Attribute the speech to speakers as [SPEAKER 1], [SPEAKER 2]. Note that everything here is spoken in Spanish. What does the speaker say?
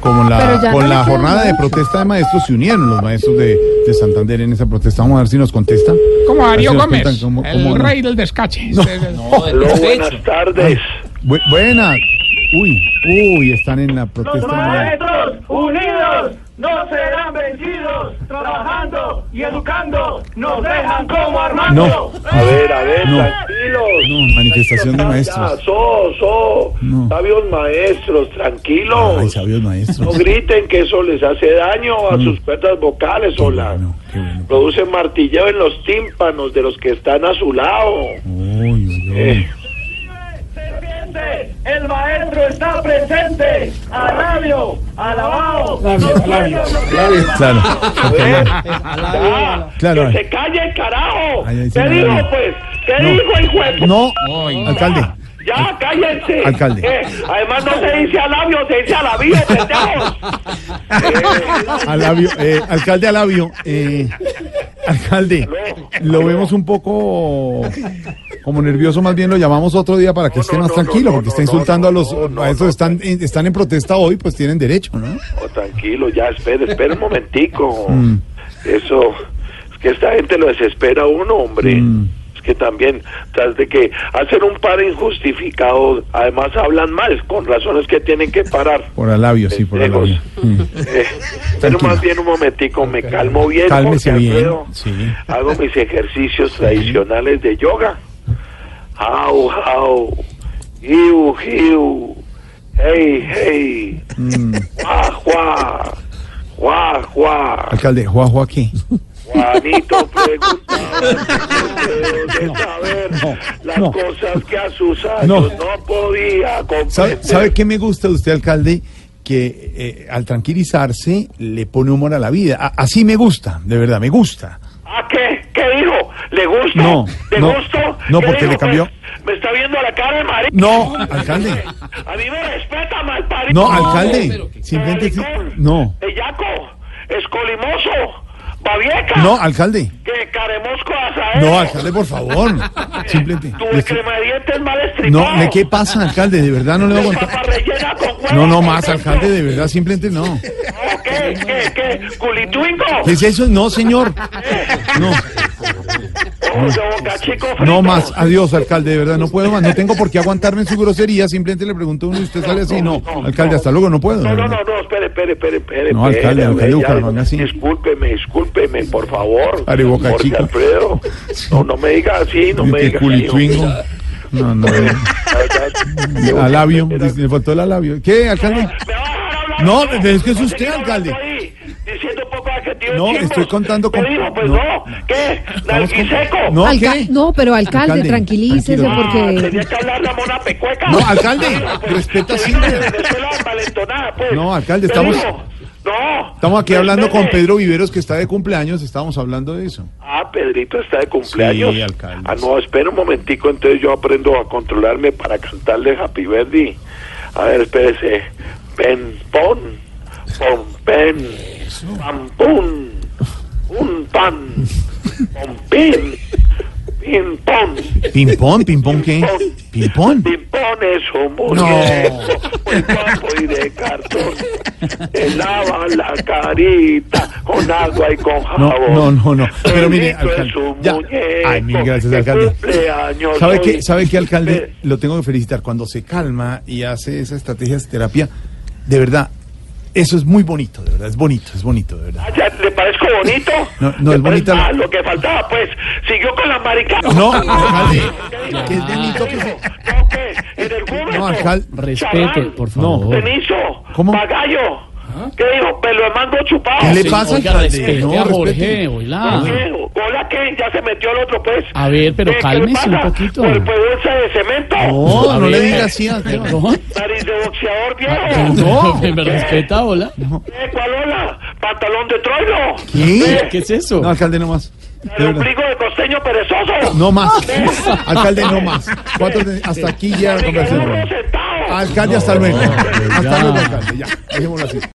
[SPEAKER 1] Con
[SPEAKER 2] Pero
[SPEAKER 1] la,
[SPEAKER 2] ya
[SPEAKER 1] con
[SPEAKER 2] no le
[SPEAKER 1] la
[SPEAKER 2] queda
[SPEAKER 1] jornada de
[SPEAKER 2] mucho.
[SPEAKER 1] protesta de maestros se unieron los maestros de, de Santander en esa protesta. Vamos a ver si nos contestan.
[SPEAKER 3] Como
[SPEAKER 1] A ver si
[SPEAKER 3] Darío
[SPEAKER 1] nos
[SPEAKER 3] Gómez,
[SPEAKER 1] cuentan cómo-
[SPEAKER 3] el
[SPEAKER 1] cómo-
[SPEAKER 3] rey del descache. Este
[SPEAKER 4] Aló, buenas tardes.
[SPEAKER 1] Bu- buenas. Uy, uy, están en la protesta. mañana.
[SPEAKER 5] Maestros unidos no serán vencidos, trabajando y educando, nos dejan como Armando.
[SPEAKER 1] No.
[SPEAKER 5] ¡Eh!
[SPEAKER 4] A ver, a ver,
[SPEAKER 1] No.
[SPEAKER 4] tranquilos.
[SPEAKER 1] No, manifestación de
[SPEAKER 4] Ya,
[SPEAKER 1] maestros.
[SPEAKER 4] so, so.
[SPEAKER 1] No.
[SPEAKER 4] Sabios maestros,
[SPEAKER 1] Ay,
[SPEAKER 4] tranquilos.
[SPEAKER 1] sabios
[SPEAKER 4] no
[SPEAKER 1] maestros.
[SPEAKER 4] griten que eso les hace daño a sus cuerdas vocales,
[SPEAKER 1] Qué
[SPEAKER 4] hola.
[SPEAKER 1] bueno, qué bueno.
[SPEAKER 4] Produce martilleo en los tímpanos de los que están a su lado.
[SPEAKER 1] Uy, uy, uy.
[SPEAKER 4] Eh,
[SPEAKER 5] Serpiente, El maestro está presente. A radio, alabado.
[SPEAKER 1] Claro.
[SPEAKER 4] a ver, ya,
[SPEAKER 1] Claro.
[SPEAKER 4] que se calle, carajo.
[SPEAKER 1] Ay, ay, sí,
[SPEAKER 4] ¿Qué
[SPEAKER 1] no,
[SPEAKER 4] dijo,
[SPEAKER 1] no.
[SPEAKER 4] pues? ¿Qué
[SPEAKER 1] No.
[SPEAKER 4] dijo el juez?
[SPEAKER 1] No, alcalde.
[SPEAKER 4] Ya, cállense.
[SPEAKER 1] Alcalde.
[SPEAKER 4] Eh, además no se dice a labio, se dice a labio, pendejos.
[SPEAKER 1] Alabio, eh, alcalde Alabio, eh, alcalde, lo vemos un poco como nervioso, más bien lo llamamos otro día para que esté
[SPEAKER 4] no,
[SPEAKER 1] más
[SPEAKER 4] no,
[SPEAKER 1] tranquilo,
[SPEAKER 4] no,
[SPEAKER 1] porque
[SPEAKER 4] no,
[SPEAKER 1] está
[SPEAKER 4] no,
[SPEAKER 1] insultando a
[SPEAKER 4] no,
[SPEAKER 1] los
[SPEAKER 4] no, no,
[SPEAKER 1] maestros,
[SPEAKER 4] no.
[SPEAKER 1] están, en- están en protesta hoy, pues tienen derecho, ¿no?
[SPEAKER 4] Oh, tranquilo, ya, espera, espera un momentico. Eso, es que esta gente lo desespera a uno, hombre. Es que también, tras de que hacen un paro injustificado, además hablan mal, con razones que tienen que parar.
[SPEAKER 1] Por Alabio, sí, por
[SPEAKER 4] Pendejos.
[SPEAKER 1] Alabio. Mm.
[SPEAKER 4] Eh, pero
[SPEAKER 1] Tranquila.
[SPEAKER 4] más bien un momentico, me calmo bien.
[SPEAKER 1] Cálmese
[SPEAKER 4] porque,
[SPEAKER 1] bien,
[SPEAKER 4] Alfredo,
[SPEAKER 1] sí.
[SPEAKER 4] Hago mis ejercicios tradicionales de yoga. Au, au. Iu, iu. Hey, hey.
[SPEAKER 1] Mm.
[SPEAKER 4] Juá, juá. Juá, juá.
[SPEAKER 1] Alcalde, Juan Joaquín.
[SPEAKER 4] Juanito preguntaba de saber
[SPEAKER 1] no,
[SPEAKER 4] las
[SPEAKER 1] no.
[SPEAKER 4] cosas que a sus
[SPEAKER 1] No.
[SPEAKER 4] años no, podía comprender.
[SPEAKER 1] ¿Sabe, sabe qué me gusta de usted, alcalde? Que eh, al tranquilizarse le pone humor a la vida. A- así me gusta, de verdad, me gusta.
[SPEAKER 4] ¿A qué? ¿Qué dijo? ¿Le gusto?
[SPEAKER 1] No,
[SPEAKER 4] ¿Le
[SPEAKER 1] no,
[SPEAKER 4] gusto?
[SPEAKER 1] no,
[SPEAKER 4] ¿Qué
[SPEAKER 1] porque
[SPEAKER 4] dijo?
[SPEAKER 1] le cambió.
[SPEAKER 4] Pues, me está viendo la cara de marido.
[SPEAKER 1] No, alcalde.
[SPEAKER 4] A mí me respeta, malparido.
[SPEAKER 1] No, alcalde. Simplemente.
[SPEAKER 4] Maricón,
[SPEAKER 1] No.
[SPEAKER 4] Bellaco. Escolimoso. Babieca.
[SPEAKER 1] No, alcalde.
[SPEAKER 4] Que caremosco a
[SPEAKER 1] No, alcalde, por favor. Simplemente.
[SPEAKER 4] Tu crema de dientes mal estripado.
[SPEAKER 1] No, ¿le qué pasa, alcalde? De verdad no le voy a
[SPEAKER 4] Papa
[SPEAKER 1] contar.
[SPEAKER 4] rellena con huevo.
[SPEAKER 1] No, no más, alcalde, de verdad, simplemente no.
[SPEAKER 4] ¿Qué? ¿Qué? ¿Qué? ¿Culituingo?
[SPEAKER 1] ¿Qué es eso? No, señor. No,
[SPEAKER 4] Oh, de boca chico frito.
[SPEAKER 1] no más. Adiós, alcalde, de verdad, no puedo más. No tengo por qué aguantarme en su grosería. Simplemente le pregunto a uno y usted sale así. No, alcalde, hasta luego, no puedo. de
[SPEAKER 4] No, no,
[SPEAKER 1] verdad.
[SPEAKER 4] no, no, espere, espere, espere, espere.
[SPEAKER 1] No, alcalde,
[SPEAKER 4] espere,
[SPEAKER 1] alcalde
[SPEAKER 4] ya,
[SPEAKER 1] Bucaramanga, sí.
[SPEAKER 4] Discúlpeme, discúlpeme, por favor.
[SPEAKER 1] Are Boca
[SPEAKER 4] Jorge
[SPEAKER 1] Chica.
[SPEAKER 4] Alfredo, no, no me diga así, no me
[SPEAKER 1] Qué
[SPEAKER 4] diga así.
[SPEAKER 1] culituingo. No, no.
[SPEAKER 4] La verdad,
[SPEAKER 1] A labio, dice, le faltó el alabio. ¿Qué, alcalde?
[SPEAKER 4] ¿Me va a dejar hablar?
[SPEAKER 1] No, es que es
[SPEAKER 4] Porque
[SPEAKER 1] usted,
[SPEAKER 4] yo
[SPEAKER 1] alcalde.
[SPEAKER 4] estoy Diciendo poco adjetivos
[SPEAKER 1] No,
[SPEAKER 4] chimbos.
[SPEAKER 1] estoy contando
[SPEAKER 4] ¿Qué
[SPEAKER 1] con-
[SPEAKER 4] dijo? Pues
[SPEAKER 1] no.
[SPEAKER 4] no, ¿qué? ¿Nalguiseco?
[SPEAKER 1] No,
[SPEAKER 2] Alca-
[SPEAKER 1] ¿qué?
[SPEAKER 2] no, pero alcalde,
[SPEAKER 1] Alcalde,
[SPEAKER 2] tranquilícese
[SPEAKER 1] tranquilo.
[SPEAKER 4] Ah,
[SPEAKER 2] porque...
[SPEAKER 4] tenía que hablar la mona pecueca.
[SPEAKER 1] No, alcalde,
[SPEAKER 4] Dijo,
[SPEAKER 1] respeta
[SPEAKER 4] que
[SPEAKER 1] a
[SPEAKER 4] venga
[SPEAKER 1] Silvia.
[SPEAKER 4] de Venezuela envalentonada, pues.
[SPEAKER 1] No, alcalde,
[SPEAKER 4] Te
[SPEAKER 1] estamos-
[SPEAKER 4] digo, no.
[SPEAKER 1] Estamos aquí hablando con
[SPEAKER 4] respete.
[SPEAKER 1] Pedro Viveros, que está de cumpleaños, estábamos hablando de eso.
[SPEAKER 4] Ah, Pedrito está de cumpleaños.
[SPEAKER 1] Sí, alcalde.
[SPEAKER 4] Ah, no, espera un momentico, entonces yo aprendo a controlarme para cantarle Happy Birthday. A ver, espérese. Pen, pon, pon, pen, pam, pum, un pan, pon, pin, pin, pon.
[SPEAKER 1] Pimpón, pimpón, ¿qué? Pimpón.
[SPEAKER 4] Pimpón es un muñeco, muy guapo y de cartón. Te lava la carita con agua y con
[SPEAKER 1] No,
[SPEAKER 4] jabón.
[SPEAKER 1] no, no, no. Pero mire,
[SPEAKER 4] Pedrito es
[SPEAKER 1] alcalde.
[SPEAKER 4] un
[SPEAKER 1] ya.
[SPEAKER 4] muñeco
[SPEAKER 1] Ay, mil gracias,
[SPEAKER 4] que
[SPEAKER 1] alcalde.
[SPEAKER 4] cumple años
[SPEAKER 1] ¿Sabe
[SPEAKER 4] hoy. Eh,
[SPEAKER 1] qué, ¿Sabe qué, alcalde?
[SPEAKER 4] Pe-
[SPEAKER 1] Lo tengo que felicitar. Cuando se calma y hace esas estrategias de terapia, de verdad, eso es muy bonito, de verdad. Es bonito, es bonito, de verdad.
[SPEAKER 4] Ah, ya, ¿Le parezco bonito?
[SPEAKER 1] No, no,
[SPEAKER 4] ¿Le
[SPEAKER 1] es bonita
[SPEAKER 4] parece-
[SPEAKER 1] la-
[SPEAKER 4] Ah, lo que faltaba, pues. Siguió con la maricadas.
[SPEAKER 1] No, alcalde.
[SPEAKER 4] ¿Qué dijo?
[SPEAKER 1] Que es delito
[SPEAKER 4] ¿Qué
[SPEAKER 1] que se-
[SPEAKER 4] dijo? No, ¿qué? En el cúbito.
[SPEAKER 1] No, alcalde.
[SPEAKER 6] Respete,
[SPEAKER 4] Chaval.
[SPEAKER 6] por
[SPEAKER 1] No.
[SPEAKER 6] favor.
[SPEAKER 4] Cenizo.
[SPEAKER 1] ¿Cómo? ¿Ah?
[SPEAKER 4] Pagallo. ¿Qué dijo? Pelo de mango chupado.
[SPEAKER 1] ¿Qué le
[SPEAKER 6] Sí,
[SPEAKER 1] pasa,
[SPEAKER 6] oiga,
[SPEAKER 1] alcalde?
[SPEAKER 6] respete
[SPEAKER 1] No,
[SPEAKER 6] a Jorge,
[SPEAKER 1] respete.
[SPEAKER 6] oiga.
[SPEAKER 4] ¿Qué? Pues, eh, Hola, ¿qué? Ya se metió el otro, pues.
[SPEAKER 6] Ah. A ver, pero
[SPEAKER 4] Eh, ¿qué
[SPEAKER 6] cálmese
[SPEAKER 4] pasa?
[SPEAKER 6] un poquito.
[SPEAKER 4] Pues, pues, bolsa de cemento.
[SPEAKER 1] No,
[SPEAKER 6] A
[SPEAKER 1] no le
[SPEAKER 6] ver. Ah,
[SPEAKER 1] diga así, alcalde.
[SPEAKER 6] Perdón.
[SPEAKER 4] Nariz de boxeador viejo.
[SPEAKER 1] No.
[SPEAKER 6] ¿Me respeta, hola?
[SPEAKER 4] Eh, ¿Cuál hola? Pantalón de troilo.
[SPEAKER 1] ¿Qué?
[SPEAKER 6] ¿Qué es eso?
[SPEAKER 1] No, alcalde, no más. De
[SPEAKER 4] El
[SPEAKER 1] verdad.
[SPEAKER 4] ombligo de costeño perezoso.
[SPEAKER 1] No más. Alcalde, no más. Cuatro de- Hasta aquí ya Ah, la
[SPEAKER 4] Miguel Burro
[SPEAKER 1] conversación.
[SPEAKER 4] sentado.
[SPEAKER 1] Alcalde, hasta luego.
[SPEAKER 6] No,
[SPEAKER 1] Hasta
[SPEAKER 6] ya.
[SPEAKER 1] luego, alcalde. Ya, dejémoslo así.